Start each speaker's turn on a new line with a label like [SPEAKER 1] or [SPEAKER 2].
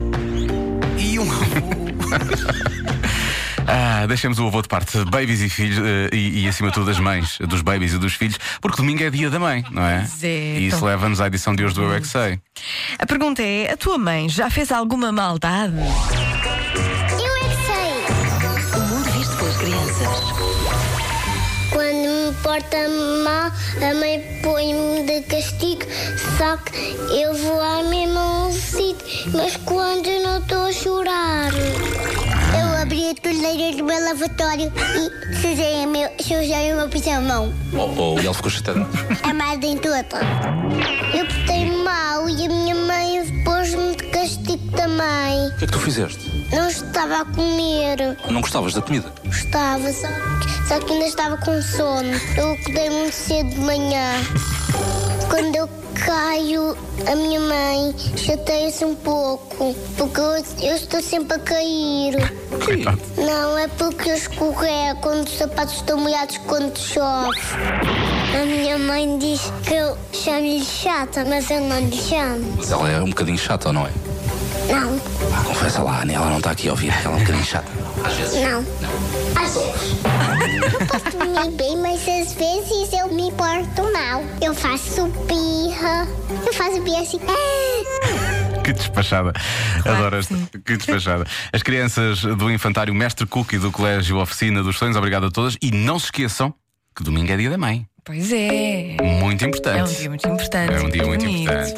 [SPEAKER 1] Ah, deixemos o avô de parte, babies e filhos, eh, e, e, acima de tudo as mães, dos babies e dos filhos, porque domingo é dia da mãe, não é?
[SPEAKER 2] Pois é,
[SPEAKER 1] e isso
[SPEAKER 2] então.
[SPEAKER 1] leva-nos à edição de hoje do Eu é Que Sei.
[SPEAKER 2] A pergunta é: a tua mãe já fez alguma maldade?
[SPEAKER 3] Eu é que sei.
[SPEAKER 4] O mundo visto pelas crianças.
[SPEAKER 3] Quando me porta mal, a mãe põe-me de castigo. Só que eu vou à mesma um sítio, mas quando eu não estou a chorar. Eu abri a torneira do meu lavatório e sujei o meu, sujei o meu pijamão. É
[SPEAKER 5] Ou Oh, ele ficou chateado.
[SPEAKER 3] A margem toda. Eu portei mal e a minha mãe pôs-me de castigo também.
[SPEAKER 5] O que é que tu fizeste?
[SPEAKER 3] Não estava a comer.
[SPEAKER 5] Não gostavas da comida?
[SPEAKER 3] Estava, só que, só que ainda estava com sono. Eu acordei muito cedo de manhã. Quando eu caio, a minha mãe chateia-se um pouco, porque eu, eu estou sempre a cair. Não, é porque eu escorrego quando os sapatos estão molhados quando chove. A minha mãe diz que eu chamo-lhe chata, mas eu não lhe chamo.
[SPEAKER 5] Mas ela é um bocadinho chata ou não é?
[SPEAKER 3] Não,
[SPEAKER 5] Pá, confessa lá, Ana, ela não está aqui a ouvir, ela é um bocadinho chata. Às vezes.
[SPEAKER 3] não. Às vezes. Eu posso dormir bem, mas às vezes eu me porto mal. Eu faço birra. Eu faço birra assim.
[SPEAKER 1] Que despachada. Adoro esta. Que despachada. As crianças do Infantário Mestre Cook e do Colégio Oficina dos Sonhos, obrigado a todas. E não se esqueçam que domingo é dia da mãe.
[SPEAKER 2] Pois é.
[SPEAKER 1] Muito
[SPEAKER 2] É um
[SPEAKER 1] importante.
[SPEAKER 2] dia muito importante.
[SPEAKER 1] É um dia muito
[SPEAKER 2] bonito.
[SPEAKER 1] importante.